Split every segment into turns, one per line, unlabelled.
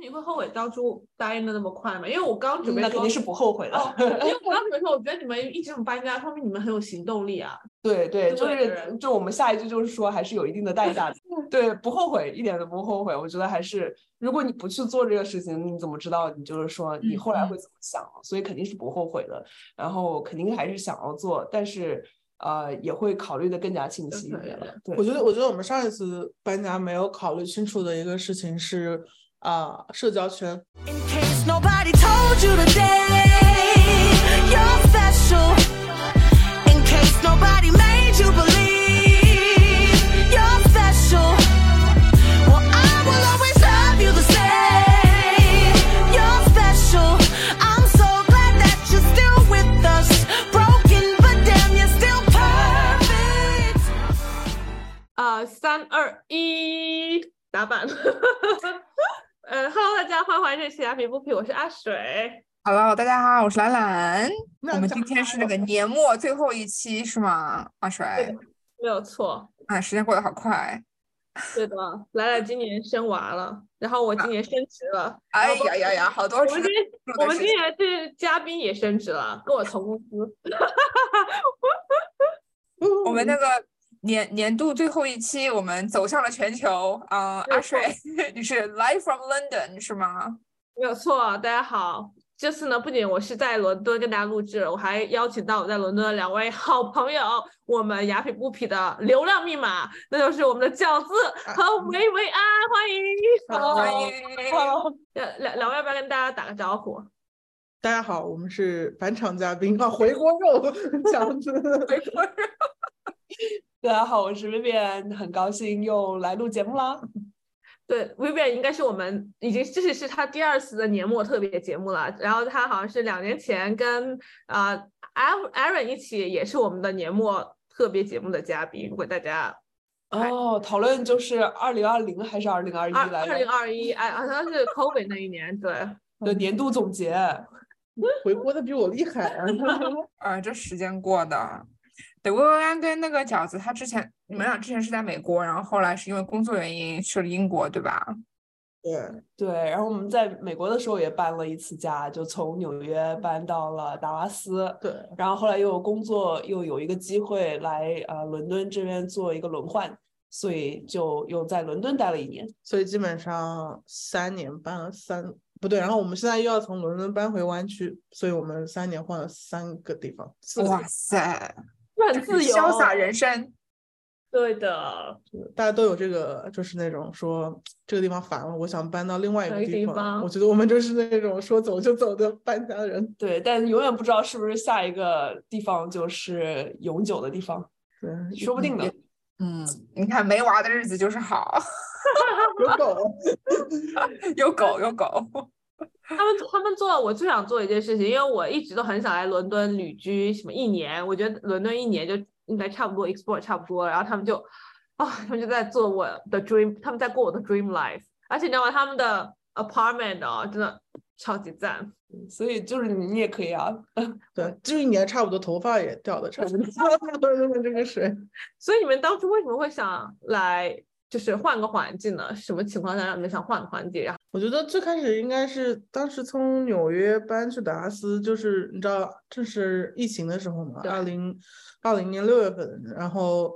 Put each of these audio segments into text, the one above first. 你会后悔当初答应的那么快吗？因为我刚准备
嗯那
说，
肯定是不后悔的。
哦，因为我刚准备说，我觉得你们一直很搬家，说明你们很有行动力啊。
对对，
对
就
对
是就我们下一句就是说，还是有一定的代 价的。对，不后悔，一点都不后悔。我觉得还是，如果你不去做这个事情，你怎么知道你就是说你
嗯
后来
嗯
会怎么想？所以肯定是不后悔的。然后肯定还是想要做，但是呃，也会考虑的更加清晰一
对
点
对
了。对
我，觉得，我觉得我们上一次搬家没有考虑清楚的一个事情是啊、社交圈。
In case nobody told you today, you're special. In case nobody made you believe, you're special. Well, I will always love you the same. You're special. I'm so glad that you're still with us. Broken, but damn, you're still perfect.
呃，三二一，打板。 呃，Hello，大家欢迎欢迎这期《雅痞不痞》，我是阿水。
Hello，大家好，我是兰兰。
那
我们
咱
今天
们
是
来
那个年末最后一期是吗？阿水，
没有错，
啊，时间过得好快。
对的。兰兰今年生娃了，然后我今年升职了。
哎呀呀呀，好多
我
值
们
得
今
庆祝
我
的
们
事
今
情
年这嘉宾也升职了，跟我同公司。
我们那个年年度最后一期，我们走向了全球。啊、
没
阿
有
水， 你是 Live from London 是吗？
没有错，大家好。这次呢，不仅我是在伦敦跟大家录制，我还邀请到我在伦敦的两位好朋友，我们雅痞不痞的流量密码，那就是我们的饺子和维维安，欢迎。
Hello
啊欢
哦
迎。
Hello，
两两两位要不要跟大家打个招呼？
大家好，我们是返场嘉宾啊，回锅肉这样 子。
大家好，我是 Vivian，很高兴又来录节目啦。
对，Vivian 应该是我们已经这是是他第二次的年末特别节目了。然后他好像是两年前跟啊 Aaron 一起，也是我们的年末特别节目的嘉宾。如果大家嗨
哦，讨论就是二零二零还是二零二一
二
来
二零
着
二一，哎，好像是 COVID 那一年，对，
的年度总结？
回锅的比我厉害啊！
呃，这时间过的。对，薇薇安跟那个饺子，他之前你们俩之前是在美国，然后后来是因为工作原因去了英国，对吧？
对，
对，然后我们在美国的时候也搬了一次家，就从纽约搬到了达拉斯，
对，
然后后来又有工作，又有一个机会来呃伦敦这边做一个轮换，所以就又在伦敦待了一年。
所以基本上三年搬了三，不对，然后我们现在又要从伦敦搬回湾区，所以我们三年换了三个地方，四个地
哇
方
塞，
就
这
很自
是
由，
潇洒人生。
对的，
大家都有这个，就是那种说这个地方烦了，我想搬到另外一
哪
个
个地
地方。
方
我觉得我们就是那种说走就走的搬家的人。
对，但永远不知道是不是下一个地方就是永久的地方，
对，
说不定呢
也。
嗯，你看没娃的日子就是好，
有狗。
有狗有狗。
他们他们做了我最想做的一件事情，因为我一直都很想来伦敦旅居，什么一年，我觉得伦敦一年就应该差不多，explore 差不多了。然后他们就，啊、他们就在做我的 dream，他们在过我的 dream life。而且你知道吗？他们的 apartment 哦，真的超级赞。
所以就是你你也可以啊，
对，这一年差不多头发也掉的差不多了，这个水。
所以你们当初为什么会想来，就是换个环境呢？什么情况下让你们想换个环境？然后
我觉得最开始应该是当时从纽约搬去达拉斯，就是你知道，正是疫情的时候嘛，
对
二零二零年六月份，然后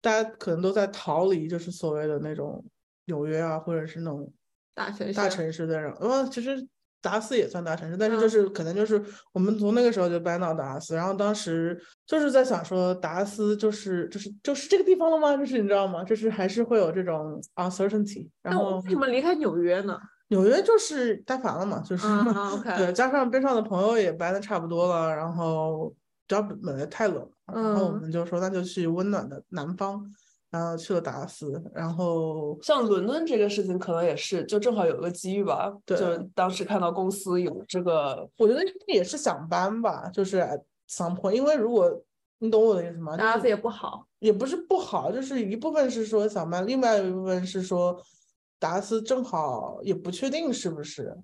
大家可能都在逃离，就是所谓的那种纽约啊，或者是那种
大城市，
大城市的人，呃，其实达拉斯也算大城市，但是
嗯
就是可能就是我们从那个时候就搬到达拉斯，然后当时就是在想说达拉斯就是就是就是这个地方了吗？就是你知道吗？就是还是会有这种 uncertainty，然
那我
后
为什么离开纽约 呢？
纽约就是待烦了嘛，就是、
嗯 啊，OK，
对，加上边上的朋友也搬的差不多了，然后只要本来太冷了，然后我
嗯
们就说那就去温暖的南方，然后去了达拉斯，然后
像伦敦这个事情可能也是，就正好有个机遇吧。
对
就当时看到公司有这个，
我觉得应该也是想搬吧，就是 at some point，因为如果你懂我的意思吗？就
达拉
是
斯也不好。
也不是不好，就是一部分是说想搬，另外一部分是说达拉斯正好也不确定是不是。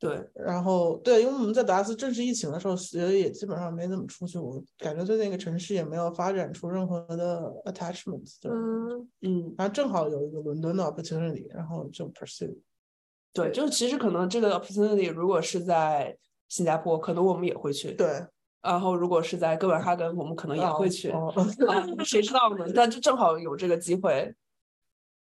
对，
然后对，因为我们在达拉斯正式疫情的时候，其实也基本上没怎么出去，我感觉对那个城市也没有发展出任何的 attachment。对，
嗯，
嗯，
然后正好有一个伦敦的 opportunity，然后就 pursue。
对，就是其实可能这个 opportunity 如果是在新加坡，可能我们也会去；
对，
然后如果是在哥本哈根，我们可能也会去。
哦哦
啊 谁知道呢？但就正好有这个机会。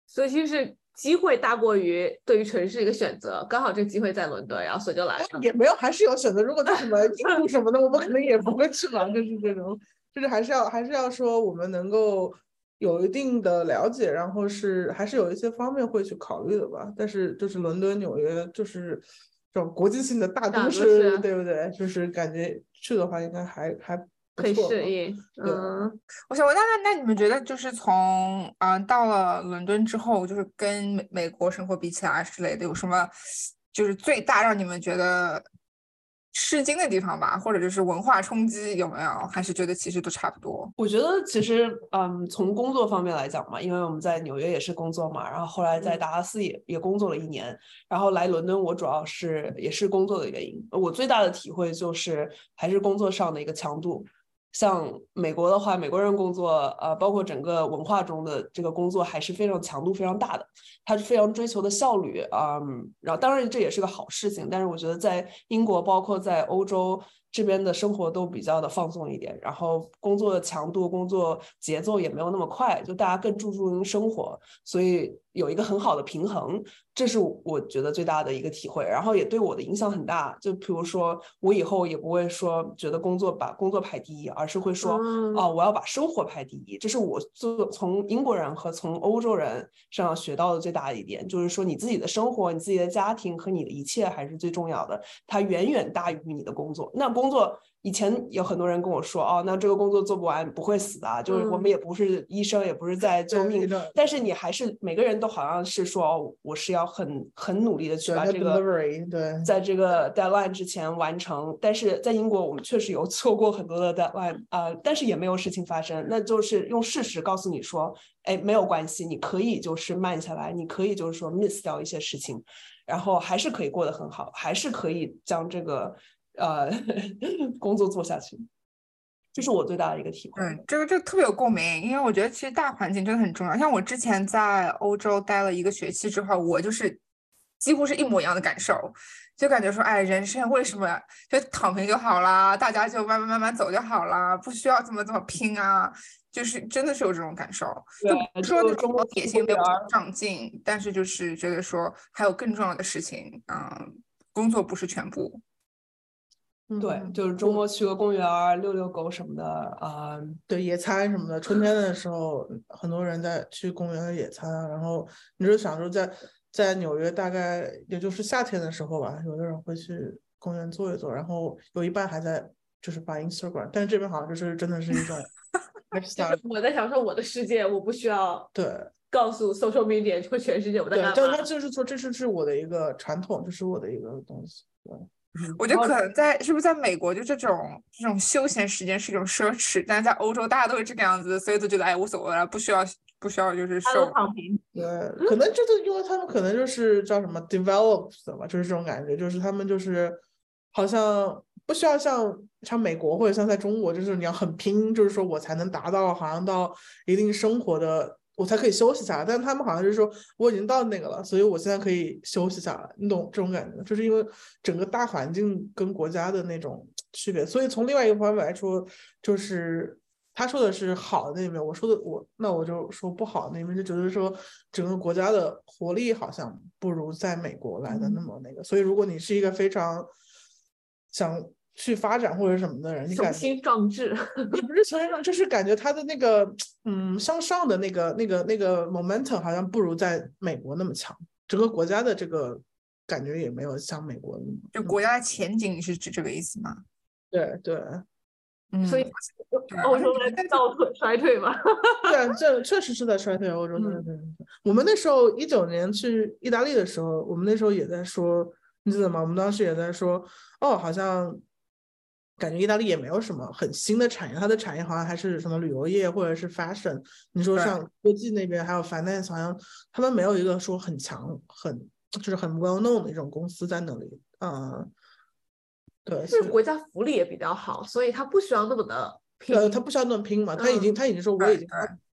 所以其实是机会大过于对于城市一个选择，刚好这个机会在伦敦，然后所以就来了。
也没有，还是有选择。如果在什 么印度什么的，我们可能也不会去了，就是这种，就是还是要还是要说我们能够有一定的了解，然后是还是有一些方面会去考虑的吧。但是就是伦敦、纽约，就是这种国际性的大
大
都
都
市，
市
对不对？就是感觉去的话，应该还还不
可以
错吧
适应，
对
嗯，
我想问，那那那你们觉得就是从嗯、呃到了伦敦之后，就是跟美美国生活比起来之类的，有什么就是最大让你们觉得吃惊的地方吧？或者就是文化冲击有没有？还是觉得其实都差不多？
我觉得其实，嗯，从工作方面来讲嘛，因为我们在纽约也是工作嘛，然后后来在
嗯
达拉斯也、也工作了一年，然后来伦敦，我主要是也是工作的原因。我最大的体会就是还是工作上的一个强度。像美国的话，美国人工作，呃，包括整个文化中的这个工作还是非常强度非常大的。他是非常追求的效率，嗯，然后当然这也是个好事情，但是我觉得在英国，包括在欧洲这边的生活都比较的放松一点，然后工作的强度、工作节奏也没有那么快，就大家更注重于生活，所以有一个很好的平衡，这是我我觉得最大的一个体会，然后也对我的影响很大。就比如说，我以后也不会说觉得工作把工作排第一，而是会说，
嗯
哦，我要把生活排第一，这是我做从英国人和从欧洲人身上学到的最大的一点，就是说你自己的生活、你自己的家庭和你的一切还是最重要的，它远远大于你的工作。那工作以前有很多人跟我说，哦，那这个工作做不完不会死的啊，就是我
嗯
们也不是医生，也不是在救
对
命
是的，
但是你还是每个人都好像是说，哦，我是要很很努力的去
对
把
那
这个
delivery，对
在这个 deadline 之前完成。但是在英国，我们确实有错过很多的 deadline 啊、呃但是也没有事情发生。那就是用事实告诉你说，哎，没有关系，你可以就是慢下来，你可以就是说 miss 掉一些事情，然后还是可以过得很好，还是可以将这个呃 工作做下去。这是我最大的一个体会。
嗯，这个这个特别有共鸣，因为我觉得其实大环境真的很重要。像我之前在欧洲待了一个学期之后，我就是几乎是一模一样的感受，就感觉说，哎，人生为什么就躺平就好啦，大家就慢慢慢慢走就好啦，不需要这么这么拼啊，就是真的是有这种感受。
对，
不说那
呃就中
种
国
野心没有
公务员
上进，但是就是觉得说还有更重要的事情，嗯，工作不是全部。
对，
嗯
就是周末去个公园儿遛遛狗什么的，啊、
对野餐什么的，春天的时候，很多人在去公园野餐啊，然后你就想说在在纽约，大概也就是夏天的时候吧，有的人会去公园坐一坐，然后有一半还在就是发 Instagram，但是这边好像就是真的是一种
就是
lifestyle，
我在享受我的世界，我不需要
对
告诉 social media 或全世界我在
对，
干
但
嘛
他。就是说这是是我的一个传统，这是我的一个东西，对
我觉得
然后
可能在是不是在美国，就这种这种休闲时间是一种奢侈，但是在欧洲大家都是这个样子，所以都觉得哎无所谓了，不需要不需要就是
他都
受
躺平，
对，可能就是因为他们可能就是叫什么 develop 的吧，就是这种感觉，就是他们就是好像不需要像像美国或者像在中国，就是你要很拼，就是说我才能达到好像到一定生活的，我才可以休息下来。但他们好像就是说我已经到那个了，所以我现在可以休息下来，你懂这种感觉？就是因为整个大环境跟国家的那种区别，所以从另外一个方面来说，就是他说的是好的那一面，我说的我那我就说不好的那一面，就觉得说整个国家的活力好像不如在美国来的那么那个。所以如果你是一个非常想去发展或者什么的人，你
雄
感觉
心壮志。
也不是雄心壮志，就是感觉他的那个嗯向上的那个那个那个 momentum 好像不如在美国那么强，整个国家的这个感觉也没有像美国那么
就国家的前景，你是指这个意思吗？
对对。
嗯，
所以
对
欧
而且
洲
你
在
在这
倒退衰退嘛，
对啊，这确实是在衰退欧洲。
嗯
对对对，我们那时候一九年去意大利的时候，我们那时候也在说，你记得吗？我们当时也在说，哦，好像感觉意大利也没有什么很新的产业，它的产业好像还是什么旅游业或者是 fashion。你说
对
像科技那边还有 finance，好像他们没有一个说很强、很就是很 well known 的一种公司在那里。嗯，对，
就是
所以
国家福利也比较好，所以他不需要那么的拼。
呃，他不需要那么拼嘛，他已
嗯
经他已经说我
对
已经到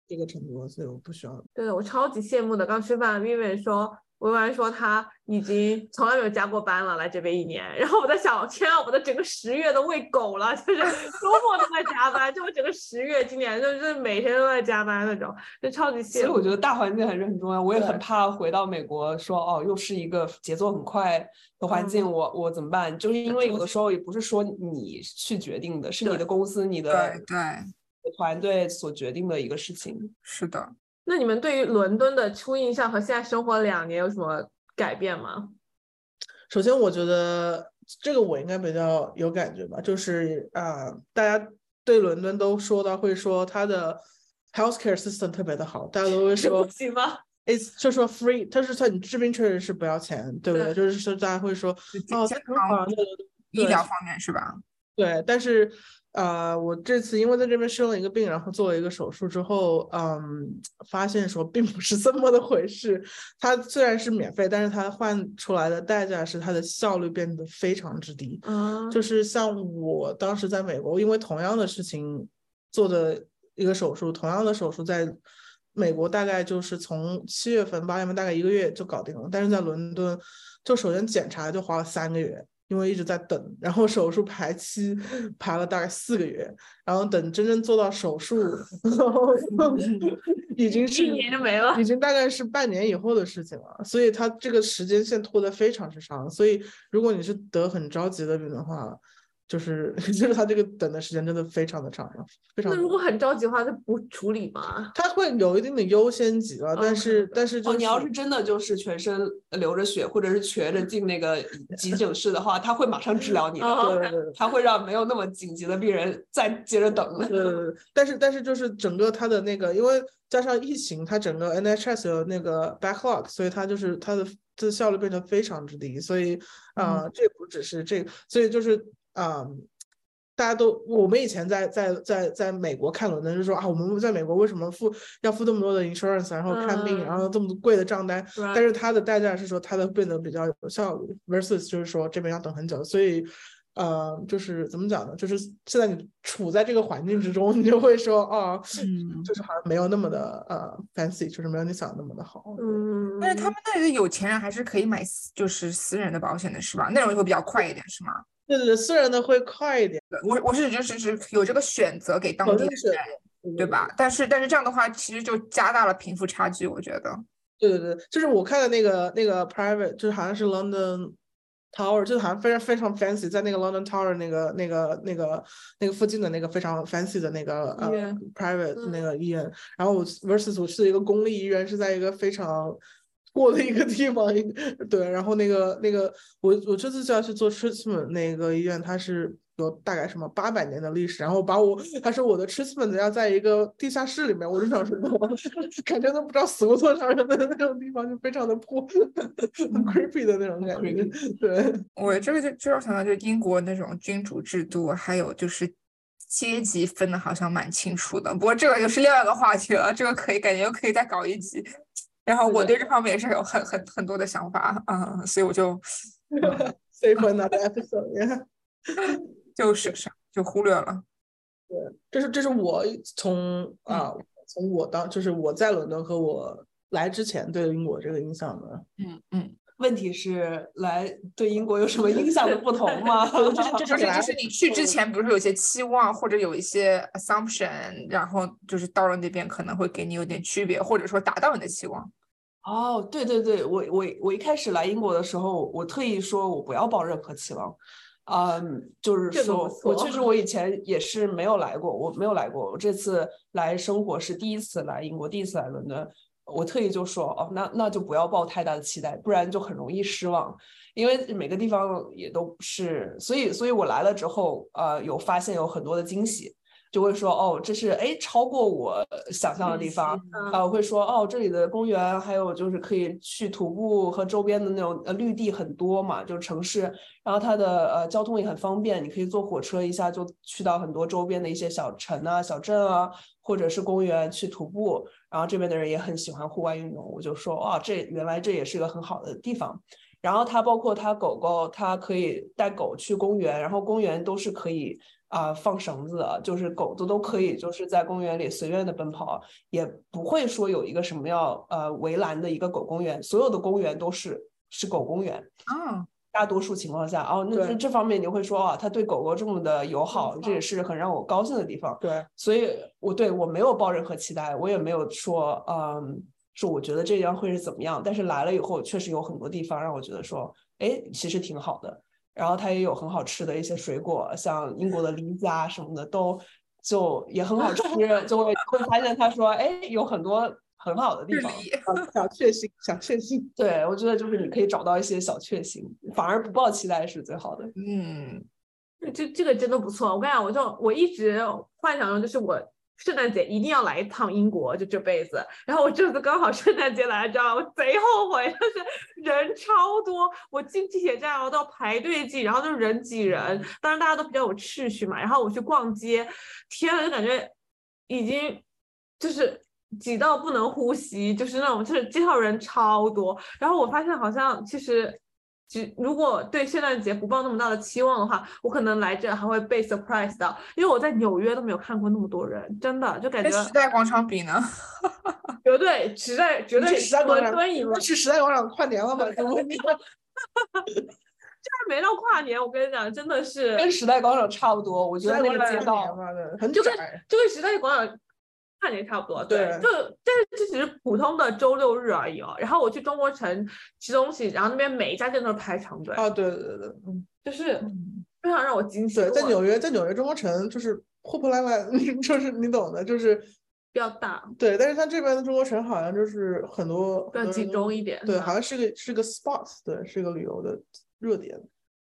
这个程度了，所以我不需要。
对，我超级羡慕的。刚吃饭，Vivian 说文玩说他已经从来没有加过班了，来这边一年。然后我在想，天啊，我的整个十月都喂狗了，就是 周末都在加班，就我整个十月今年就是每天都在加班那种，就超级
其
羡
实
慕。
我觉得大环境还是很重要，我也
对
很怕回到美国说哦，又是一个节奏很快的环境，我我怎么办？就是因为有的时候也不是说你去决定的，是你
对
的公司、你
对
的
对，
团队所决定的一个事情。
是的。
那你们对于伦敦的初印象和现在生活两年有什么改变吗？
首先，我觉得这个我应该比较有感觉吧，就是啊、呃大家对伦敦都说到会说它的 healthcare system 特别的好，大家都会说
行吗？
it's 就说 free，它是它你治病确实是不要钱，对不
对
对？就是说大家会说
就健
哦，
健
这个
康
好像
医
对
疗方面是吧？
对，但是呃，我这次因为在这边生了一个病，然后做了一个手术之后，嗯，发现说并不是这么的回事。它虽然是免费，但是它换出来的代价是它的效率变得非常之低。
嗯，
就是像我当时在美国，因为同样的事情做的一个手术，同样的手术在美国大概就是从七月份八月份大概一个月就搞定了，但是在伦敦就首先检查就花了三个月。因为一直在等，然后手术排期排了大概四个月，然后等真正做到手术，然后已经是
嗯一年就没了。
已经大概是半年以后的事情了，所以它这个时间线拖得非常之长。所以如果你是得很着急的病的话，就是 就是它这个等的时间真的非常的长了，非常
那
地
如果很着急的话，就不处理吗？
它会有一定的优先级了，但是但是就
哦，你要是真的就是全身流着血，或者是瘸着进那个急诊室的话，他会马上治疗你的，
哦
对对对
他会让没有那么紧急的病人再接着等。
呃，但是但是就是整个它的那个，因为加上疫情，它整个 NHS 有那个 backlog，所以它就是它的它的效率变得非常之低，所以啊、呃这不只是这个，所以就是啊、大家都我们以前在在在在美国看伦敦就说啊，我们在美国为什么付要付这么多的 insurance，然后看病，然
嗯
后这么多贵的账单，
但
但是它的代价是说它的变得比较有效率，versus 就是说这边要等很久，所以，呃，就是怎么讲呢？就是现在你处在这个环境之中，你就会说，哦，
嗯，
就是好像没有那么的呃 fancy，就是没有你想的那么的好。
嗯，
但是他们那里的有钱人还是可以买私就是私人的保险的，是吧？那种会比较快一点，是吗？
对对对，私人的会快一点，
对我我是就是是有这个选择给当
有
地
这
的
个选
人，
择，
对吧？？但是但是这样的话，其实就加大了贫富差距，我觉得。
对对对，就是我看的那个那个 private，就是好像是 London Tower，就是好像非常非常 fancy，在那个 London Tower 那个那个那个那个附近的那个非常 fancy 的那个
医
呃
院
private 那
嗯
个医院，然后我 versus 我去的一个公立医院是在一个非常。过的一个地方，一个对，然后那个那个，我我这次就要去做 treatment 那个医院，它是有大概什么八百年的历史，然后把我他说我的 treatment 要在一个地下室里面，我就想说， 感觉都不知道死过多少人的那种地方，就非常的破，很 creepy 的那种感觉，对。
我这个就就让我想到，就是英国那种君主制度，还有就是阶级分的好像蛮清楚的。不过这个又是另外一个话题了，这个可以感觉又可以再搞一集。然后
是
我
的
对这方面也是有很很很多的想法，嗯，所以我就
Save for another episode. Yeah.
就是就忽略了。
这是这是我从啊从我当就是我在伦敦和我来之前对英国这个印象的，
嗯嗯，
问题是来对英国有什么影响的不同吗？
这是
而且
来
就是你去之前，比如说有些期望或者有一些 assumption，然后就是到了那边可能会给你有点区别，或者说达到你的期望。
哦，对对对，我我我一开始来英国的时候，我特意说我不要抱任何期望，嗯，就是
这个
说
不，
我
错
确实我以前也是没有来过，我没有来过，我这次来生活是第一次来英国，第一次来伦敦，我特意就说，哦，那那就不要抱太大的期待，不然就很容易失望，因为每个地方也都不是，所以所以我来了之后，呃，有发现有很多的惊喜，就会说，哦，这是哎超过我想象的地方。
嗯
啊，我会说哦，这里的公园还有就是可以去徒步和周边的那种呃绿地很多嘛，就是城市，然后它的呃交通也很方便，你可以坐火车一下就去到很多周边的一些小城啊、小镇啊，或者是公园去徒步。然后这边的人也很喜欢户外运动，我就说哇，这原来这也是一个很好的地方。然后它包括它狗狗，它可以带狗去公园，然后公园都是可以啊、放绳子啊，就是狗子都可以就是在公园里随便的奔跑，也不会说有一个什么要呃围栏的一个狗公园，所有的公园都是是狗公园，
哦
嗯，
大多数情况下哦，那
对
这这方面你会说啊，它对狗狗这么的友好，这也
好
是很让我高兴的地方。
对，
所以我对我没有抱任何期待，我也没有说，嗯，说我觉得这样会是怎么样。但是来了以后，确实有很多地方让我觉得说，哎，其实挺好的。然后它也有很好吃的一些水果，像英国的梨子啊什么的，都就也很 好吃。就会会发现他说，哎，有很多很好的地
日
方。
理，
小小确幸，小确幸。
对，我觉得就是你可以找到一些小确幸，反而不抱期待是最好的。
嗯，
这这个真的不错，我跟你讲，我就我一直幻想中就是我圣诞节一定要来一趟英国，就这辈子。然后我这次刚好圣诞节来了，知道吗？我贼后悔，就是人超多，我进地铁站我都要排队进，然后就是人挤人。当然大家都比较有秩序嘛。然后我去逛街，天啊，就感觉已经就是挤到不能呼吸，就是那种就是街上人超多。然后我发现好像其实。只如果对圣诞节不抱那么大的期望的话，我可能来这还会被 surprise 到，因为我在纽约都没有看过那么多人，真的就
哎
感觉
跟时代广场比呢？
绝对实在绝
你
对
去时代广
伦
场，
敦以外
你，去时代广场跨年了吗？怎么你
但是没到跨年，我跟你讲，真的是
哎
跟时代广场差不多，我觉得
时代
那
广
个
场
街
跨
道
年嘛对很
就跟
窄，
就跟时代广场跨年差不多，
对
就但是这只是普通的周六日而已哦。然后我去中国城吃东西，然后那边每一家店都是排长队，
啊，对对对对，嗯，
就是非常让我惊喜。
对，在
我
纽约，在纽约中国城就是破破烂烂， 就是你懂的，就是
比较大，
对，但是它这边的中国城好像就是很多
比较集中，一点。
嗯很多人都对，
吧
好像是个是个 spot，对，是个旅游的热点。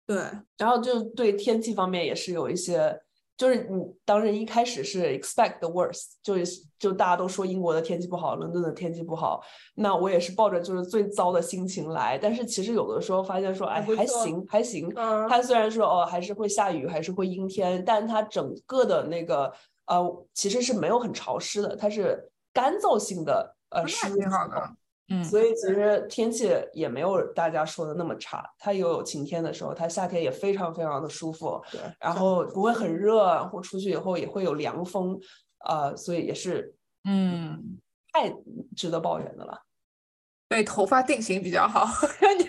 对。
然后就对天气方面也是有一些，就是你当然一开始是 expect the worst，就是就大家都说英国的天气不好，伦敦的天气不好，那我也是抱着就是最糟的心情来，但是其实有的时候发现说，哎
还不，
还
错
行，还行。
嗯
它虽然说哦还是会下雨，还是会阴天，但它整个的那个呃其实是没有很潮湿的，它是干燥性的呃湿
那
润
挺好
气候
的，嗯，
所以其实天气也没有大家说的那么差，它也有晴天的时候，它夏天也非常非常的舒服，
对，
然后不会很热，然后出去以后也会有凉风，呃，所以也是
嗯，
太值得抱怨的了。
对，头发定型比较好， 感觉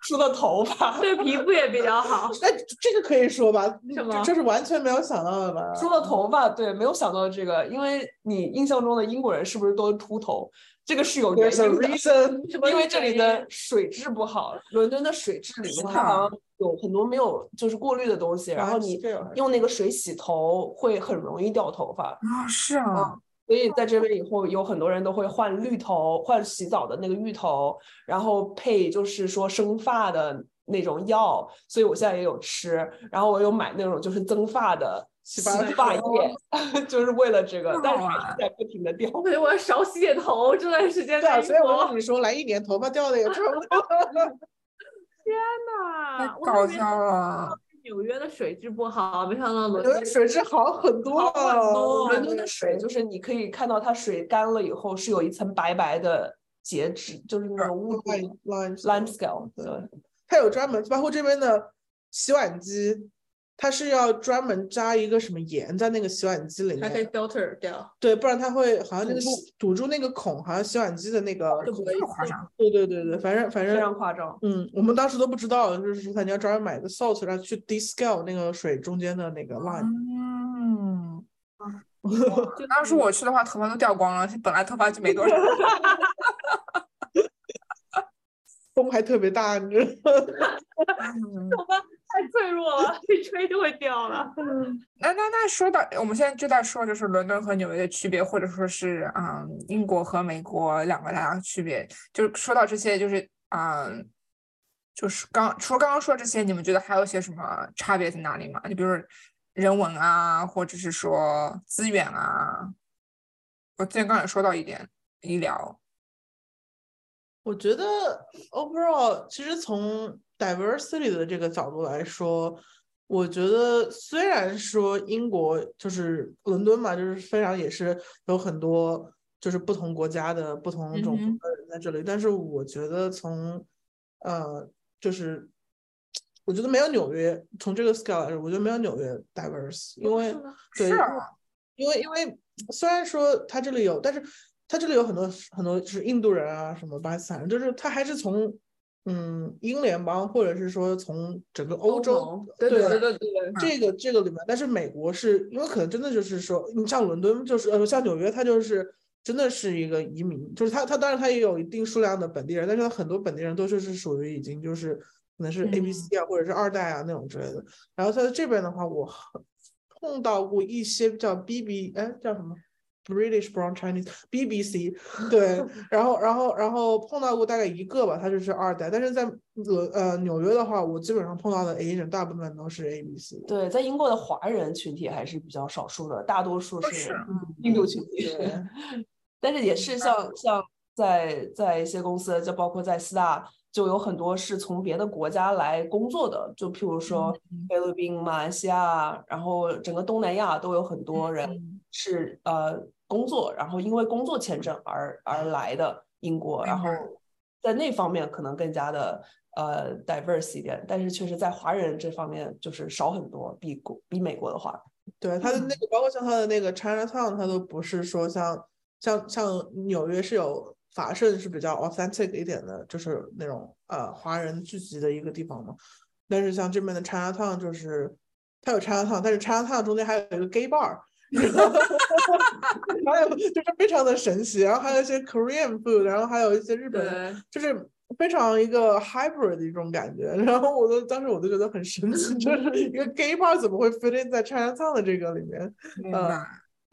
说到头发，
对皮肤也比较 好，
那这个可以说吧？
什
这
么
这是完全没有想到的吧？
说到头发，对，没有想到这个，因为你印象中的英国人是不是都秃头？这个是有原
There's a
因的。
reason，
什么
因为这里
原因
的水质不好，伦敦的水质里面它
啊
好像有很多没有就是过滤的东西，然后你
这样还是
用那个水洗头会很容易掉头发，
啊，是啊，
所以在这边以后有很多人都会换绿头，换洗澡的那个浴头，然后配就是说生发的那种药，所以我现在也有吃，然后我有买那种就是增发的洗
洗发水哦
发液， 就是为了这个，但是
好
还是在不停的掉。
我感觉我要少洗点头，这段时间
对啊，
在
所以
英
我
国
跟你说，来一年头发掉的也差不多。
呐
太
啊我
搞
还没
笑了，
纽约的水质不好，没想到伦
我觉
敦
得水质好很多
好很
了，
多
伦敦的水就是你可以看到它水干了以后是有一层白白的结质，就是那种雾
我
状
lime
limescale。对，
它有专门，包括这边的洗碗机，它是要专门加一个什么盐在那个洗碗机里
还可以
面，
filter 掉，
对，不然它会好像那
堵
个
住
洗堵住那个孔，好像洗碗机的那个，
就不会啊
这么夸张，
对对对对，反正反
非
正
常夸张。
嗯，我们当时都不知道，就是说他你要专门买个 salt，然后去 descale 那个水中间的那个
啊
line，
嗯，
就
啊
嗯
当时我去的话，头发都掉光了，本来头发就没多少，
风还特别大，你知道吗？
嗯
头发太脆弱了，一吹就会掉了。
那那那说到，我们现在就在说就是伦敦和纽约的区别，或者说是嗯英国和美国两个大的区别。就是说到这些，就是嗯，就是刚除了刚刚说这些，你们觉得还有一些什么差别在哪里吗？就比如人文啊，或者是说资源啊。我之前刚才说到一点医疗，
我觉得 overall，其实从 diversity 的这个角度来说，我觉得虽然说英国就是伦敦嘛，就是非常也是有很多就是不同国家的不同种族
嗯哼
的人在这里，但是我觉得从呃就是我觉得没有纽约，从这个 scale 来说，我觉得没有纽约 diverse，因为对
是啊，
因为因为虽然说他这里有，但是他这里有很多很多就是印度人啊，什么巴基斯坦人，就是他还是从嗯英联邦或者是说从整个欧洲
盟对
对
对对对对，
这个这个里面，但是美国是因为可能真的就是说，你像伦敦就是呃像纽约，它就是真的是一个移民，就是它它当然它也有一定数量的本地人，但是它很多本地人都是是属于已经就是可能是 A B C 啊、或者是二代啊那种之类的。然后在这边的话，我很碰到过一些叫 B B 哎叫什么 British Brown Chinese BBC 对，然后然后然后碰到过大概一个吧，他就是二代，但是在伦呃纽约的话，我基本上碰到的 Asian 大部分都是 ABC。
对，在英国的华人群体还是比较少数的，大多数
都
是嗯
是
印度群体。
对
但是也是像像在在一些公司，就包括在四大，就有很多是从别的国家来工作的，就譬如说菲律宾、马来西亚，然后整个东南亚都有很多人是呃工作，然后因为工作签证而而来的英国，然
明
后
白
在那方面可能更加的呃 diverse 一点，但是确实在华人这方面就是少很多，比国比美国的话，
对，它的那个包括像它的那个 Chinatown，它都不是说像像像纽约是有法盛是比较 authentic 一点的，就是那种呃华人聚集的一个地方嘛。但是像这边的 Chinatown 就是它有 Chinatown，但是 Chinatown 中间还有一个 gay bar。还有就是非常的神奇，然后还有一些 Korean food，然后还有一些日本的
对
就是非常一个 hybrid 的一种感觉。然后我都当时我都觉得很神奇，就 是一个 gay bar 怎么会 fit in 在 Chinatown 的这个里面？
明
呃
白，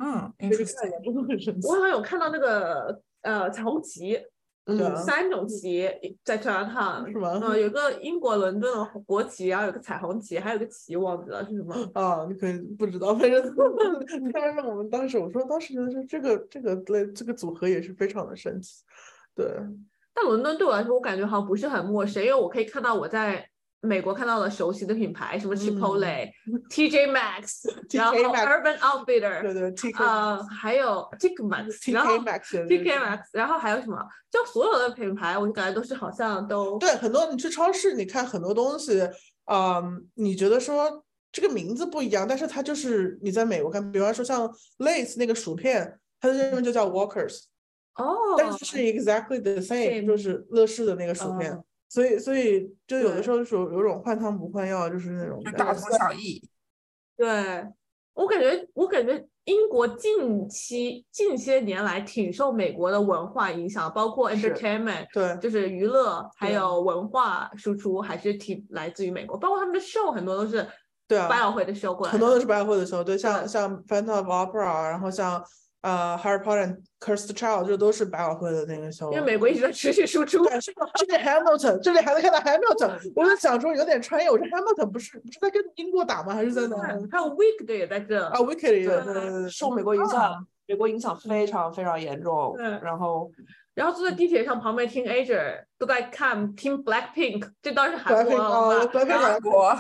嗯，
这个概
interesting
念真的很神奇
我。好像有看到那个呃彩虹旗，
嗯
对啊
三种旗在全羊烫
是吗
嗯，有个英国伦敦的国旗，然后有个彩虹旗，还有个旗忘记了是什么。
啊，你可以不知道，反正但是我们当时我说，当时觉得是这个这个类这个组合也是非常的神奇，对，
但伦敦对我来说，我感觉好像不是很陌生，因为我可以看到我在美国看到了熟悉的品牌，什么 Chipotle、TJ Maxx，然后
TJ 嗯 Maxx
Urban
对
Outfitter，
对 ，TK
呃，还有 Tick Maxx，然后
TK Max 也是
TK Maxx，然后还有什么？就所有的品牌，我就感觉都是好像都
对，很多你去超市，你看很多东西，嗯，你觉得说这个名字不一样，但是它就是你在美国看，比方说像 Lay's 那个薯片，它的英文就叫 Walkers，
哦，
但是是 exactly the same，就
same
是乐事的那个薯片
哦，
所以所以就有的
对
时候是有有种换汤不换药，就是那种
就
感
大
觉
同小异，
对，我感觉，我感觉英国近期近些年来挺受美国的文化影响，包括
是
entertainment，
对。
就是娱乐，还
对
有文化输出，还是挺来自于美国。包括他们的 show 很多都是
对啊
百老汇的 show 过来
很
的。
多都是百老汇的时候，对，像
对
像 Phantom of Opera，然后啊像呃 Harry Potter and Cursed Child，这都是百老汇的那个时候。
因为美国一直在持续输出，
对，甚至 Hamilton，这里还能看到 Hamilton，我就想说有点穿越，我说 Hamilton 不是不是在跟英国打吗？还是在哪？
还
啊
有 Week 的也在这。
，Wicked 也有
对
对对对，
受美国影响，美国影响非常非常严重
对。
然后
然后坐在地铁上，旁边听 Asia 都在看听 Blackpink，这当然是韩国
Blackpink，
文化。
哦，Blackpink
然后
好
韩
像
国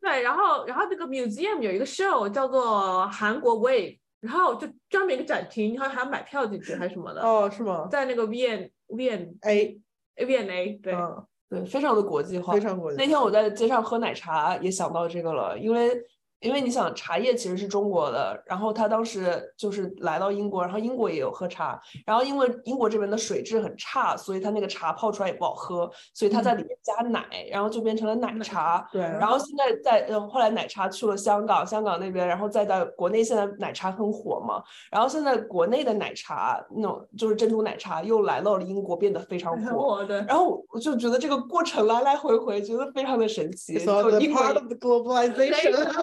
对，然后然后那个 museum 有一个 show 叫做韩国 Wave，然后就专门一个展厅，然后还要买票进去还是什么的，
哦，是吗
在那个 V N V N
？A，
V N A 对，
嗯，
对，非常的国际化
非。常国际
那天我在街上喝奶茶，也想到这个了，因为因为你想，茶叶其实是中国的，然后他当时就是来到英国，然后英国也有喝茶，然后因为英国这边的水质很差，所以他那个茶泡出来也不好喝，所以他在里面加奶，然后就变成了嗯奶茶。
对，
然后现在在呃，后来奶茶去了香港，香港那边，然后再到国内，现在奶茶很火嘛。然后现在国内的奶茶那种就是珍珠奶茶又来到了英国，变得非常
韩
火。
国的
然后我就觉得这个过程来来回回，觉得非常的神奇。
It's all
就
the
英国
part of the globalization。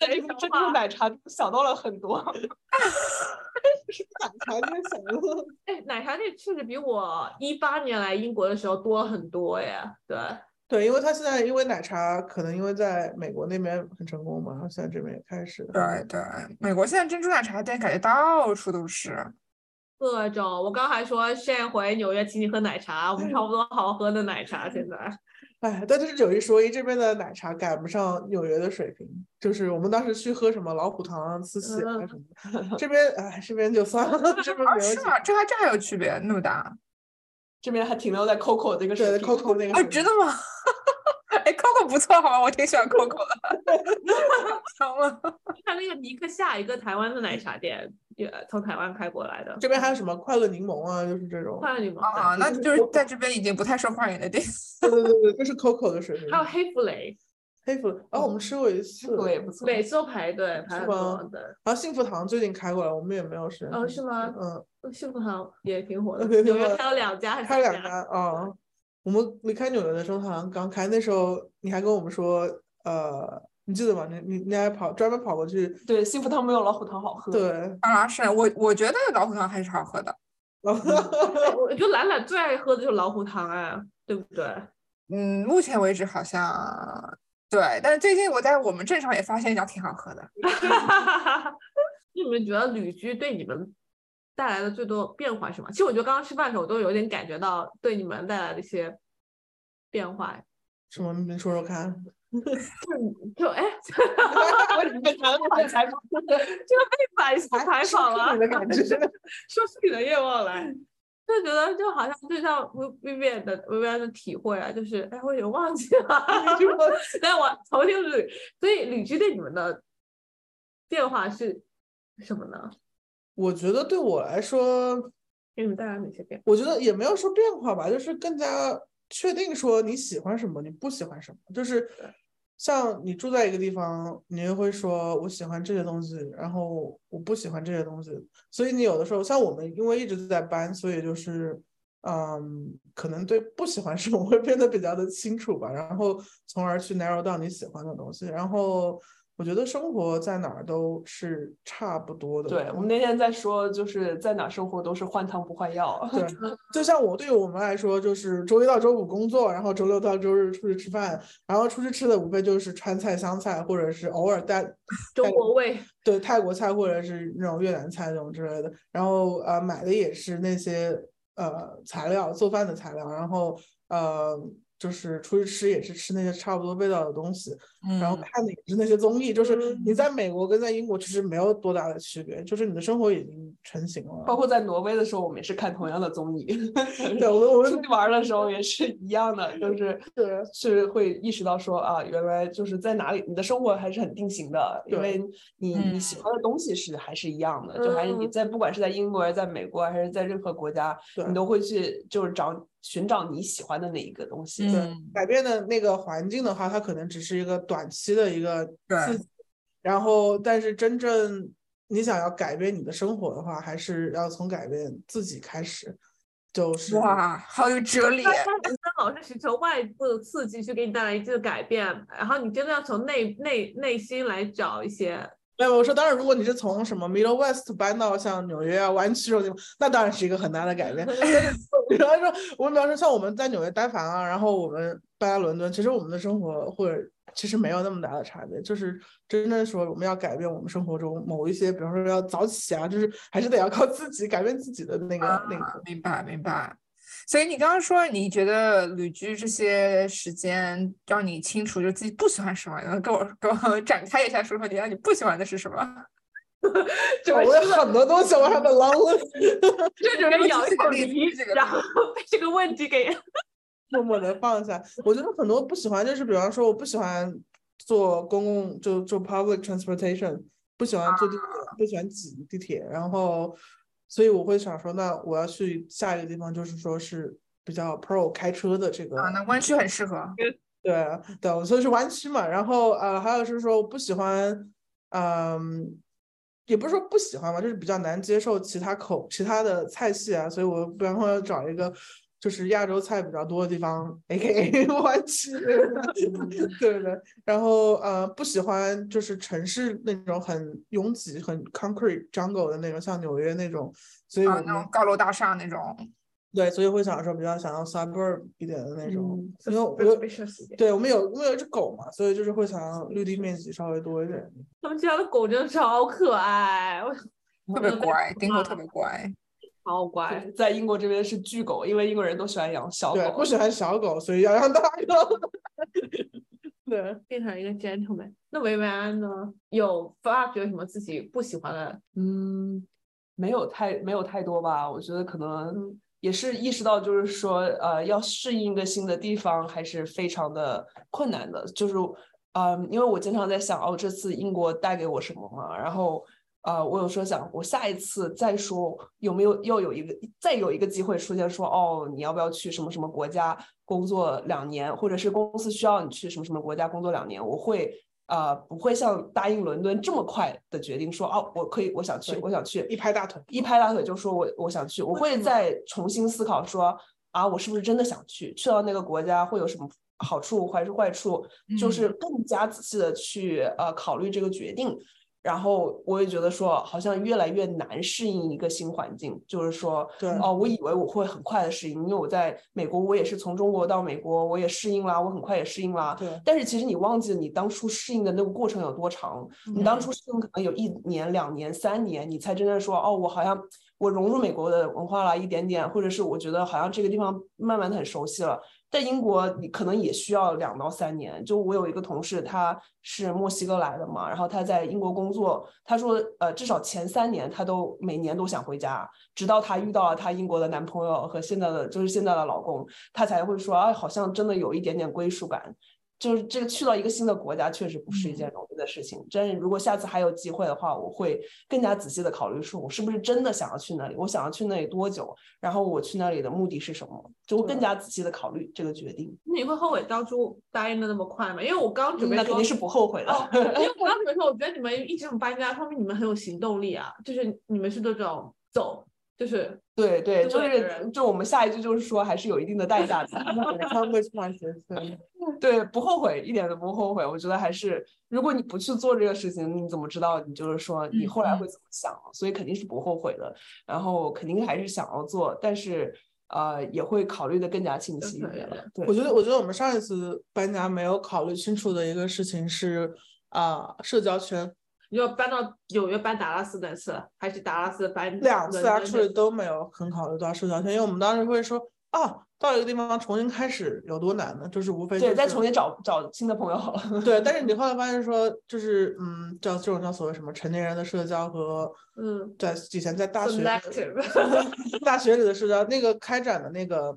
在这个珍珠奶茶中想到了很多，
奶茶真想了，
哎，奶茶店确实比我一八年来英国的时候多了很多耶，对，
对，因为他现在因为奶茶可能因为在美国那边很成功嘛，然后现在这边也开始。
对对，美国现在珍珠奶茶店感觉到处都是，
各种。我刚还说现回纽约请你喝奶茶，我们差不多好喝的奶茶现在。
哎，但是有一说一，这边的奶茶赶不上纽约的水平。就是我们当时去喝什么老虎堂啊、慈禧啊什么的，这边哎，这边就算了，这边
啊，
没有
是
几。
吗？这还这还有区别那么大？
这边还停留在 Coco 这个水
对
平。
，Coco 那个
啊，
水平
真的吗？哎，Coco 不错，好吗？我挺 喜欢 Coco 的。 成了，
看那个尼克夏，一个台湾的奶茶店，也从台湾开过来的。
这边还有什么快乐柠檬啊，就是这种。
快乐柠檬，
啊，那
就是
就是
说
在这边已经不太受欢迎的店。
对对对对，这是 Coco 的水平
还。有黑芙蕾，
黑芙，哦，我们吃过一次。
也不错
每次都排队排很多的。
然后幸福堂最近开过来，我们也没有时间
哦，
去。
是吗？
嗯，
幸福堂也挺火的，
对
纽
对
约
对
开了两家还是
开
三
了两家啊、嗯我们离开纽约的时候，好像刚开，那时候你还跟我们说，呃，你记得吗？你你你还跑专门跑过去，
对，幸福汤没有老虎汤好喝。
对，
当然啊是我，我觉得老虎汤还是好喝的。
然后
我觉得懒懒最爱喝的就是老虎糖啊，对不对？
嗯，目前为止好像对，但是最近我在我们镇上也发现一家挺好喝的。
你们觉得旅居对你们带来的最多变化是什么？其实我觉得刚刚吃饭的时候，我都有点感觉到对你们带来的一些变化。
什么？你说说看。
就哎，
我只被采访采访，
反采访了，
的感觉，
说出你的愿望来， 就觉得就好像就像 Vivian 的 Vivian 的体会啊，就是哎，我有点忘记了， 但我重新捋，所以旅居对你们的变化是什么呢？
我觉得对我来说，
给你们带来哪些变化？
我觉得也没有说变化吧，就是更加确定说你喜欢什么，你不喜欢什么。就是像你住在一个地方，你就会说我喜欢这些东西，然后我不喜欢这些东西。所以你有的时候，像我们因为一直在搬，所以就是嗯，可能对不喜欢什么 会变得比较的清楚吧，然后从而去 narrow 到你喜欢的东西。然后我觉得生活在哪儿都是差不多的。
对我们那天在说，就是在哪生活都是换汤不换药。
对，就像我对于我们来说，就是周一到周五工作，然后周六到周日出去吃饭，然后出去吃的无非就是川菜、湘菜，或者是偶尔带
中国味，
对泰国菜或者是那种越南菜那种之类的。然后呃，买的也是那些呃材料，做饭的材料，然后呃就是出去吃也是吃那些差不多味道的东西。然后
嗯
看的也是那些综艺，就是你
嗯
在美国跟在英国其实没有多大的区别，就是你的生活已经成型了。
包括在挪威的时候，我们也是看同样的综艺。
对，我们我
出
们
去玩儿的时候也是嗯一样的，就是
是
是会意识到说啊，原来就是在哪里，你的生活还是很定型的，因
对
为你你喜欢的东西是还是一样的，就还是你
嗯
在不管是在英国还是在美国还是在任何国家，
对
你都会去就是找寻找你喜欢的那一个东西。
嗯，
改变的那个环境的话，它可能只是一个短期的一个刺
对
激，然后但是真正你想要改变你的生活的话，还是要从改变自己开始，就是
哇，好有哲理
那。那人生老是寻求外部的刺激去给你带来一定的改变，然后你真的要从内内内心来找一些。
没有我说，当然如果你是从什么 Middle West 搬到像纽约啊湾区这种地方，那当然是一个很大的改变。 比方说，我们比方说像我们在纽约待房啊，然后我们搬来伦敦，其实我们的生活或者其实没有那么大的差别，就是真正说我们要改变我们生活中某一些，比方说要早起啊，就是还是得要靠自己改变自己的那个、那
啊
个。
明白明白。所以你刚刚说，你觉得旅居这些时间让你清楚，就自己不喜欢什么，然后跟我跟我 展开一下，说说你让你不喜欢的是什么？
这个
哦我有很多东西，我还没 long list，
这种人咬一口
这个
梨
例子这，个
然后被这个问题 给
默默的放下。我觉得很多不喜欢，就是比方说我不喜欢坐公共，就就 public transportation，不喜欢坐地铁，不喜欢挤地铁，然后所以我会想说，那我要去下一个地方，就是说是比较 pro 开车的这个。
啊，那湾区很适合。
对对，所以是湾区嘛。然后呃，还有是说我不喜欢，嗯、也不是说不喜欢吧，就是比较难接受其他口其他的菜系啊，所以我不然后要找一个就是亚洲菜比较多的地方，A K A 湾区。对对，然后呃，不喜欢就是城市那种很拥挤、很 concrete jungle 的那种，像纽约那种，所以我
啊，
们、
那种高楼大厦那种，
对，所以会想说比较想要 suburb 一点的那种，
嗯
因为我有。
suspicious 一点。
对，我们有我们有一只狗嘛，所以就是会想要绿地面积稍微多一点。
他们家的狗真的超可爱，我
特别
嗯
乖，丁狗特别乖。
超
就
乖。
是在英国这边是巨狗，因为英国人都喜欢养小
对，
狗
不。喜欢小狗，所以要让大狗。 对，
变成一个 gentleman。那维维安呢？有发觉什么自己不喜欢的？
嗯，没有太没有太多吧，我觉得可能
嗯
也是意识到，就是说，呃，要适应一个新的地方还是非常的困难的。就是，嗯，因为我经常在想，哦，这次英国带给我什么嘛？然后，呃，我有时候想，我下一次再说有没有又有一个再有一个机会出现说，哦，你要不要去什么什么国家工作两年，或者是公司需要你去什么什么国家工作两年，我会。呃，不会像答应伦敦这么快的决定说，哦，我可以，我想去，
对
我想去，
一拍大腿。
一拍大腿就说我我想去，我会再重新思考说啊，我是不是真的想去？去到那个国家会有什么好处还是坏处？就是更加仔细的去呃考虑这个决定。然后我也觉得说，好像越来越难适应一个新环境，就是说，
对
哦，我以为我会很快的适应，因为我在美国，我也是从中国到美国，我也适应啦，我很快也适应啦。
对，
但是其实你忘记了你当初适应的那个过程有多长，你当初适应可能有一年、两年、三年，你才真正说哦，我好像我融入美国的文化了一点点，或者是我觉得好像这个地方慢慢的很熟悉了。在英国，你可能也需要两到三年。就我有一个同事，他是墨西哥来的嘛，然后他在英国工作，他说，呃，至少前三年他都每年都想回家，直到他遇到了他英国的男朋友和现在的就是现在的老公，他才会说，哎，好像真的有一点点归属感。就是这个去到一个新的国家，确实不是一件
嗯
容易的事情。但是如果下次还有机会的话，我会更加仔细的考虑，说我是不是真的想要去那里，我想要去那里多久，然后我去那里的目的是什么，就会更加仔细的考虑这个决定。
那你会后悔当初答应的那么快吗？因为我刚准备
嗯那
说，
肯定是不后悔的。
哦，因为我刚准备说，我觉得你们一直很搬家，说明你们很有行动力啊，就是你们是这种走，就是
对对，
对
就
对
是就我们下一句就是说，还是有一定的代价的。
他会穿学生，
对，不后悔，一点都不后悔。我觉得还是，如果你不去做这个事情，你怎么知道你就是说你
嗯
后来
嗯
会怎么想？啊所以肯定是不后悔的。然后肯定还是想要做，但是呃，也会考虑的更加清晰一
对
点
对
了。对
我，觉得，我觉得我们上一次搬家没有考虑清楚的一个事情是啊、社交圈
你就搬到纽约搬达拉斯那次，还是达拉斯搬
两次
伦敦
actually
那次
都没有很考虑到社交圈，因为我们当时会说啊，到一个地方重新开始有多难呢？就是无非、就
对，
是、
再重新找找新的朋友好 了。
对，但是你后来发现说，就是嗯，叫这种叫所谓什么成年人的社交和
嗯
在以前在大学里
selective，
大学里的社交那个开展的那个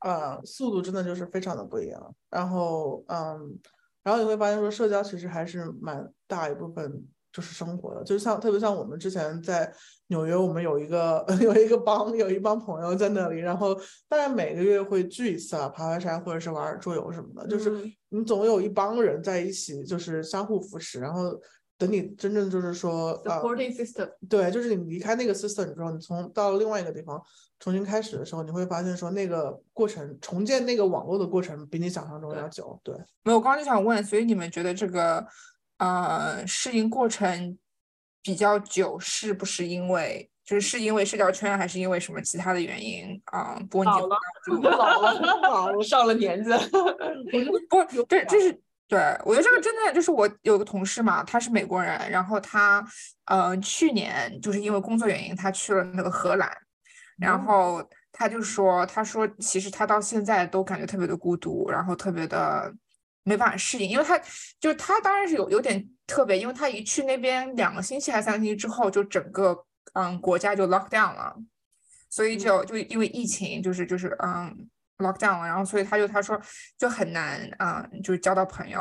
呃速度真的就是非常的不一样。然后嗯，然后你会发现说社交其实还是蛮大一部分就是生活的，就是像特别像我们之前在纽约，我们有一个 有一个帮有一帮朋友在那里，然后大概每个月会聚一次啊，爬爬山或者是玩儿桌游什么的，就是
嗯
你总有一帮人在一起，就是相互扶持，然后。等你真正就是说，呃，
supporting system，
对，就是你离开那个 system 之后，你从到了另外一个地方重新开始的时候，你会发现说那个过程重建那个网络的过程比你想象中要久。对，
没有，我刚刚就想问，所以你们觉得这个呃适应过程比较久，是不是因为就是是因为社交圈，还是因为什么其他的原因啊？不过你
老
就
了
不要
老了，老了，上了 年纪。
不过这这是对我觉得这个真的就是我有个同事嘛，他是美国人，然后他嗯、呃去年就是因为工作原因，他去了那个荷兰，然后他就说，他说其实他到现在都感觉特别的孤独，然后特别的没办法适应，因为他就是他当然是有有点特别，因为他一去那边两个星期还是三个星期之后，就整个嗯国家就 lock down 了，所以就就因为疫情，就是就是嗯 lock down 了，然后所以他就他说就很难啊、嗯就是交到朋友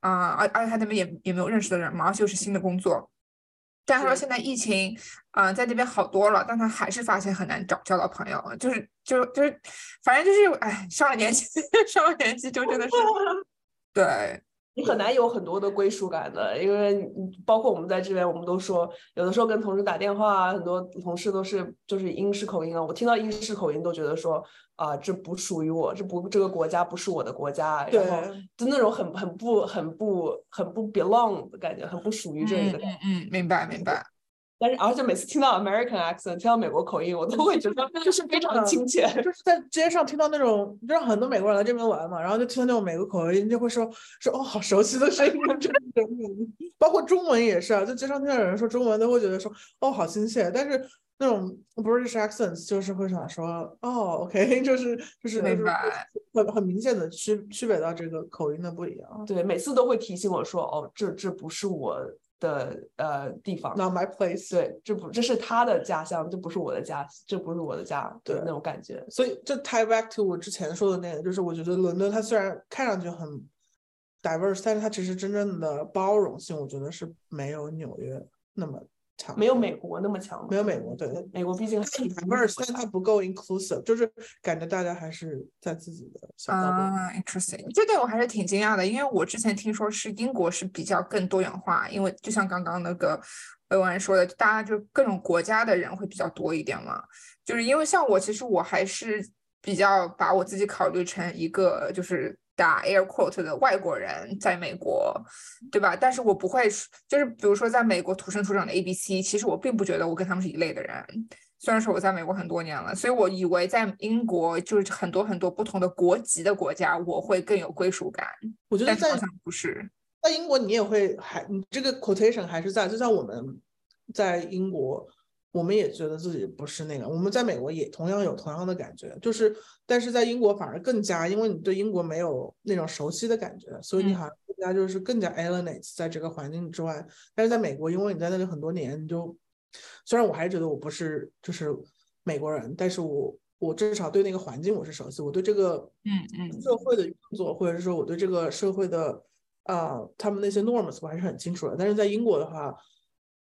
啊，而、而且他那边也也没有认识的人嘛，而且又是新的工作。但他说
是
现在疫情，啊、在那边好多了，但他还是发现很难找交到朋友，就是就就是，反正就是，哎，上了年纪， 上了年纪就真的是，对，
你很难有很多的归属感的，因为你包括我们在这边，我们都说有的时候跟同事打电话啊，很多同事都是就是英式口音啊，我听到英式口音都觉得说啊、这不属于我，这不这个国家不是我的国家，啊然后
对
就那种很很不很不很不 belong 的感觉，很不属于这里的感觉。
嗯，明白明白，
但是而且每次听到 American accent，听到美国口音，我都会觉得就是非常亲切。
就是在街上听到那种，就是很多美国人来这边玩嘛，然后就听到那种美国口音，就会说说哦，好熟悉的声音，就是这种感觉包括中文也是啊，就街上听到有人说中文，都会觉得说哦，好亲切。但是那种 British accents 就是会想说哦，OK，就是 就是
明
就是
白
很很明显的区区别到这个口音的不一样。啊
对，每次都会提醒我说，哦，这这不是我的呃地方。
Not my place。，
对，这不这是他的家乡，这不是我的家，这不是我的家的
对
那种感觉。
所以这 tie back to 我之前说的那个，就是我觉得伦敦它虽然看上去很 diverse，但是它其实真正的包容性，我觉得是没有纽约那么强，
没有美国那么强，
没有美国对。它
美国毕竟是
很 diverse，但它不够 inclusive，就是感觉大家还是在自己的小角落。
啊、i n t e r e s t i n g 这对我还是挺惊讶的，因为我之前听说是英国是比较更多元化，因为就像刚刚那个文文说的，大家就各种国家的人会比较多一点嘛。就是因为像我，其实我还是比较把我自己考虑成一个就是打 air quote 的外国人在美国，对吧？但是我不会说，就是比如说在美国土生土长的 A B C，其实我并不觉得我跟他们是一类的人，虽然说我在美国很多年了，所以我以为在英国就是很多很多不同的国籍的国家，我会更有归属感，
我觉得
但是
在
好像不是。
在英国，你也会还你这个 quotation 还是在，就像我们在英国，我们也觉得自己不是那个，我们在美国也同样有同样的感觉，就是但是在英国反而更加，因为你对英国没有那种熟悉的感觉，所以你
嗯
好像更加就是更加 alienates 在这个环境之外。但是在美国，因为你在那里很多年，你就虽然我还是觉得我不是就是美国人，但是我我至少对那个环境我是熟悉，我对这个
嗯嗯
社会的运作，或者是说我对这个社会的呃他们那些 norms 我还是很清楚的。但是在英国的话，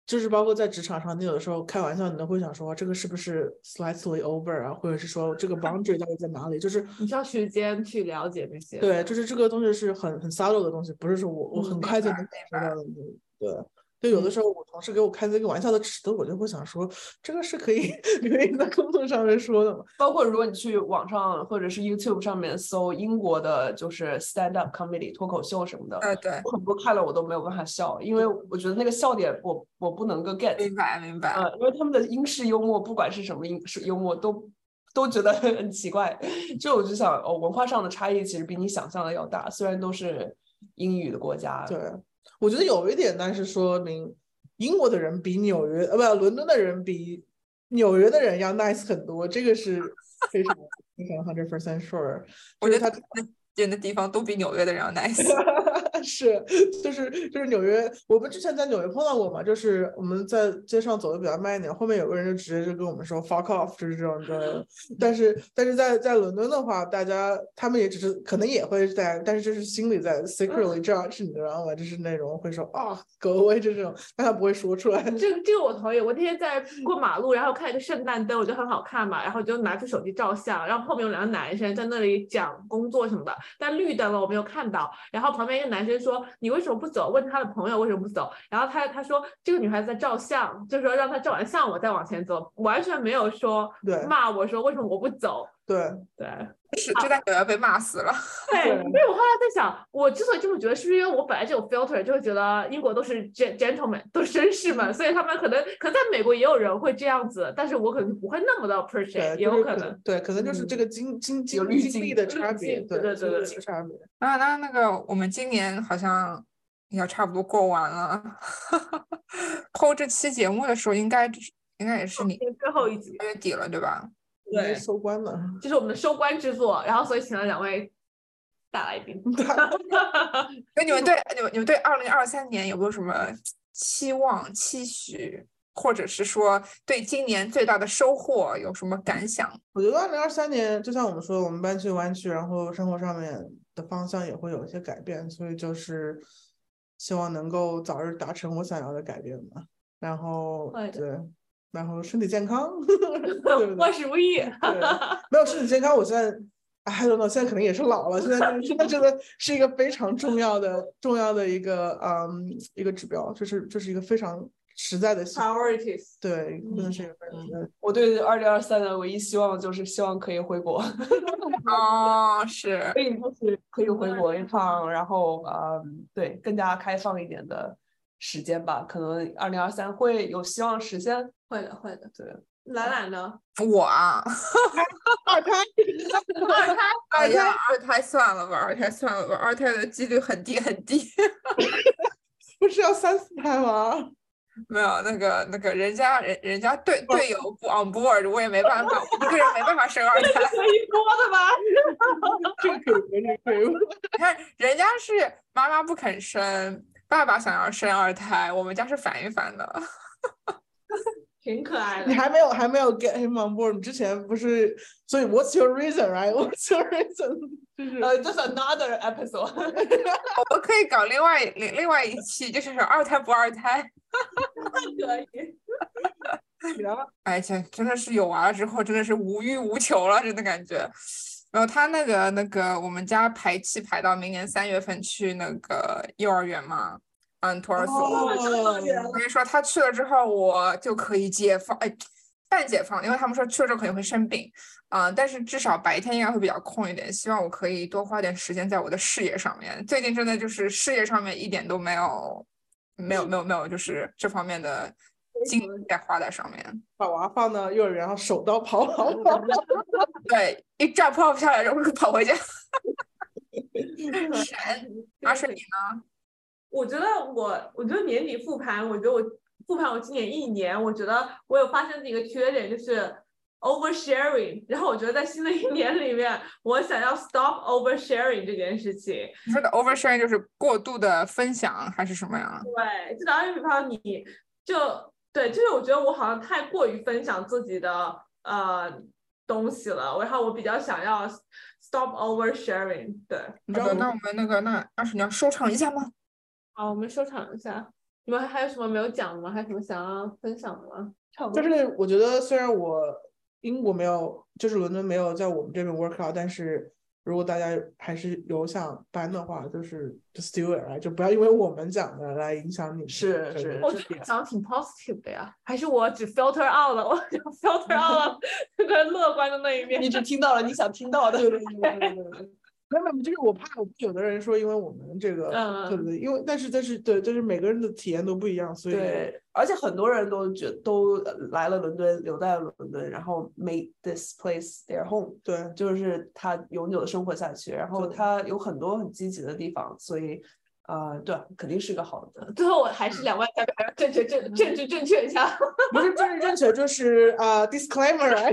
就是包括在职场上，你有的时候开玩笑，你都会想说这个是不是 slightly over 啊，或者是说这个
嗯
boundary 到底在哪里？就是
你需要时间去了解这些。，
对，就是这个东西是很很 subtle 的东西，不是说我我
嗯
很
明
快就
白
能感受
明白嗯
到的那种。对，就有的时候我同事给我开这个玩笑的尺度，我就会想说，这个是可以 可以在工作上面说的嘛？
包括如果你去网上或者是 YouTube 上面搜英国的，就是 stand up comedy 脱口秀什么的，
呃，对，
我很多看了我都没有办法笑，因为我觉得那个笑点我我不能够 get，
明白明
嗯
白。
呃，因为他们的英式幽默，不管是什么英式幽默，都都觉得很奇怪。 就我就想，哦，文化上的差异其实比你想象的要大，虽然都是英语的国家，
对，我觉得有一点，但是说明英国的人比纽约呃不伦敦的人比纽约的人要 nice 很多，这个是非常非常 hundred percent sure。
我
就是
觉得
他
他人的地方都比纽约的人 要 nice。
是，就是就是纽约，我们之前在纽约碰到过嘛，就是我们在街上走的比较慢一点，后面有个人就直接就跟我们说 fuck off，就是这种的。但是但是在在伦敦的话，大家他们也只是可能也会在，但是就是心里在 secretly judge，你知道吗？就是那种会说啊 go away 就这种，但他不会说出来。
这个这个我同意。我那天在过马路，然后看一个圣诞灯，我觉得很好看嘛，然后就拿出手机照相，然后后面有两个男生在那里讲工作什么的，但绿灯了我没有看到。然后旁边一个男生说：“你为什么不走？”问他的朋友为什么不走，然后他他说这个女孩子在照相，就说让她照完相我再往前走，完全没有说
对
骂我说为什么我不走。
对，
对，
是，就在纽约被骂死 了。
对，
对
所以我后来在想，我之所以这么觉得，是不是因为我本来就有 filter，就会觉得英国都是 gen- gentleman，都是绅士
嗯
们，所以他们可能可能在美国也有人会这样子，但是我可能不会那么的 appreciate，
对，
也
就
有
是
可
能
能。嗯
对，可能就是这个经经
有
经
滤
经
镜
历的
滤
差别，
镜对对
经
对
历
对
的差别。
啊，那那个我们今年好像要差不多过完了。 抛这期节目的时候，应该就是应该也是
嗯
你
最后一集
月底了，对吧？
我们
对
收官 了。
就是我们的收官之作，然后所以请了两位大来宾。
那哎你们对你们你们对二零二三年有没有什么期望、期许，或者是说对今年最大的收获有什么感想？
我觉得二零二三年，就像我们说，我们搬去湾区，然后生活上面的方向也会有一些改变，所以就是希望能够早日达成我想要的改变吧。然后
会的
对，然后身体健康， 对不
万
对？
事如意，
对，没有身体健康，我现在。I 哎 don't know，现在可能也是老了，现在真的真的真的是一个非常重要的、重要的一个嗯一个指标，就是就是一个非常实在的信，
priorities。
对，真的是一个非常实在的
我对二零二三的唯一希望就是希望可以回国，
哦，是
可以就是可以回国一趟，然后嗯，对，更加开放一点的时间吧，可能二零二三会有希望实现。
会的，会的。
对，
懒懒呢？
我啊，
二胎，
二胎
哎呀，二胎算了吧，二胎算了吧，二胎的几率很低很低。
不是要三四胎吗？
没有那个那个人家人人家队队友不 on board，我也没办法，我一个人没办法生二胎。
可以播的吧？
这个可以，这个可以。
你看人家是妈妈不肯生，爸爸想要生二胎，我们家是反一反的。
挺可爱
你
的。
还没有还没有 get him on board，你之前不是，所以 What's your reason, right? What's your reason？就是
呃，这是 another episode。
我们可以搞另外另另外一期，就是说二胎不二胎。
可以，
哎，这真的是有娃了之后，真的是无欲无求了，真的感觉。然后他那个那个，我们家排期排到明年三月份去那个幼儿园嘛，嗯，托儿所。
哦
我跟你说，他去了之后，我就可以解放，哎，半解放，因为他们说去了之后肯定会生病，啊、但是至少白天应该会比较空一点。希望我可以多花点时间在我的事业上面。最近真的就是事业上面一点都没有，没有，没有，没有，就是这方面的精力在花在上面。
把娃放到幼儿园，然后手刀跑跑跑。
对，一照跑不下来，然后跑回家。
啊
神， 阿水你
我觉得我，我觉得年底复盘，我觉得我复盘我今年一年，我觉得我有发现自己的缺点，就是 oversharing。然后我觉得在新的一年里面，我想要 stop oversharing 这件事情。
你说的 oversharing 就是过度的分享还是什么呀？
对，就打个比方，你就对，就是我觉得我好像太过于分享自己的呃东西了，然后我比较想要 stop oversharing。对，
你知
好
道
的，
我
呃那我们那个那阿水你要收场一下吗？
好，我们收场一下。你们还有什么没有讲的吗？还有什么想要分享的吗？差不多。
就是我觉得虽然我英国没有，就是伦敦没有在我们这边 work out，但是如果大家还是有想搬的话，就是 just do it，right？就不要因为我们讲的来影响你。
是
对
是
我觉得你讲的挺 positive 的呀，还是我只 filter out 了，我只 filter out 了这个乐观的那一面。
你只听到了你想听到的。
对对对对对对对。没有没有，就是我怕我怕有的人说，因为我们这个，
嗯
对不对？因为但是但是对，就是每个人的体验都不一样，所以
对，而且很多人都觉都呃来了伦敦，留在了伦敦，然后 make this place their home，
对
就是他永久的生活下去。然后
对
他有很多很积极的地方，所以呃，对，肯定是个好的。
最后我还是两万下面还要正确正政治正确一下。
不是政治正确，就是啊、d i s c l a i m e r right？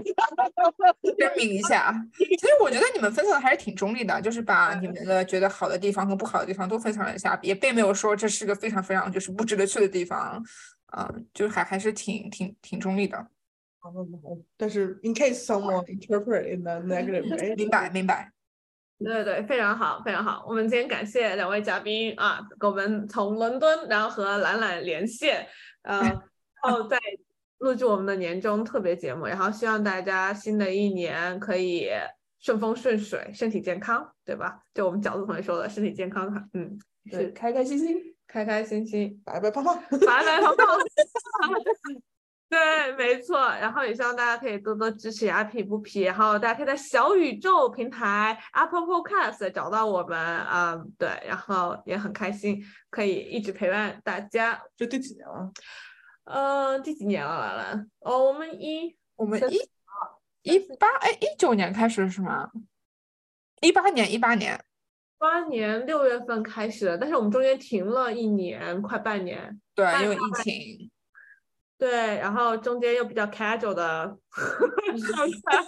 声明一下，其实我觉得你们分享的还是挺中立的，就是把你们的觉得好的地方和不好的地方都分享了一下，也并没有说这是个非常非常就是不值得去的地方，嗯、就还还是挺挺挺中立的，
但是 in case someone interpret in a negative way，
明白明白。
对对，非常好，非常好。我们今天感谢两位嘉宾啊，给我们从伦敦，然后和兰兰连线，呃，然后再录制我们的年终特别节目。然后希望大家新的一年可以顺风顺水，身体健康，对吧？就我们饺子同学说的，身体健康，嗯，
对，
是
开开心心。
开开心心，
白白胖胖。
白白胖胖。对，没错。然后也希望大家可以多多支持阿皮不皮，然后大家可以在小宇宙平台、Apple Podcast 找到我们啊、嗯对，然后也很开心可以一直陪伴大家。
这第几年了？
嗯，第几年了，兰兰？哦，我们一
我们
真
一一八哎一九年开始是吗？一八年一八年，
八年六月份开始的，但是我们中间停了一年，快半年。
对，
哎
因为疫
哎
情，
对，然后中间又比较 casual 的
嗯
状态。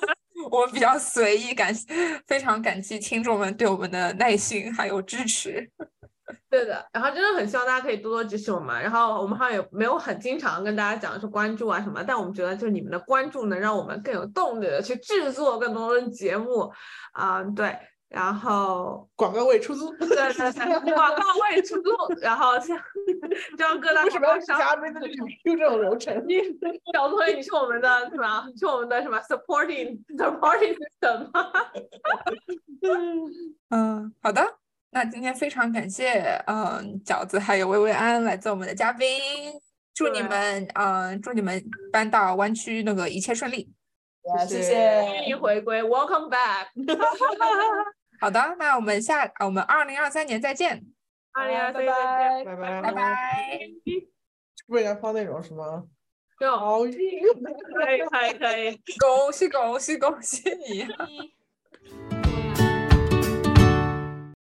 我们比较随意，感谢非常感激听众们对我们的耐心还有支持。
对的，然后真的很希望大家可以多多支持我们。然后我们好像也没有很经常跟大家讲说关注啊什么，但我们觉得就是你们的关注能让我们更有动力的去制作更多的节目，啊、对，然 后
广告位出租。
对对对，广告位出租，然后像 张哥大
为什么要去
上
嘉宾的这种 Q 这种流程？
你小同学，你是我们的什么？你是我们的什么 supporting supporting system 吗？
嗯，好的，那今天非常感谢，嗯，饺子还有薇薇安来做我们的嘉宾，祝你
对
们，嗯，祝你们搬到湾区那个一切顺利。
谢
谢
欢迎
谢，
回归，Welcome back，
好的，那我们下，我们二零二三年再见，
二零二
拜
三再见。
拜
拜拜
拜。拜。
不然放那种什么
就
熬夜。
可以可以可以。
恭喜恭喜恭喜你！
一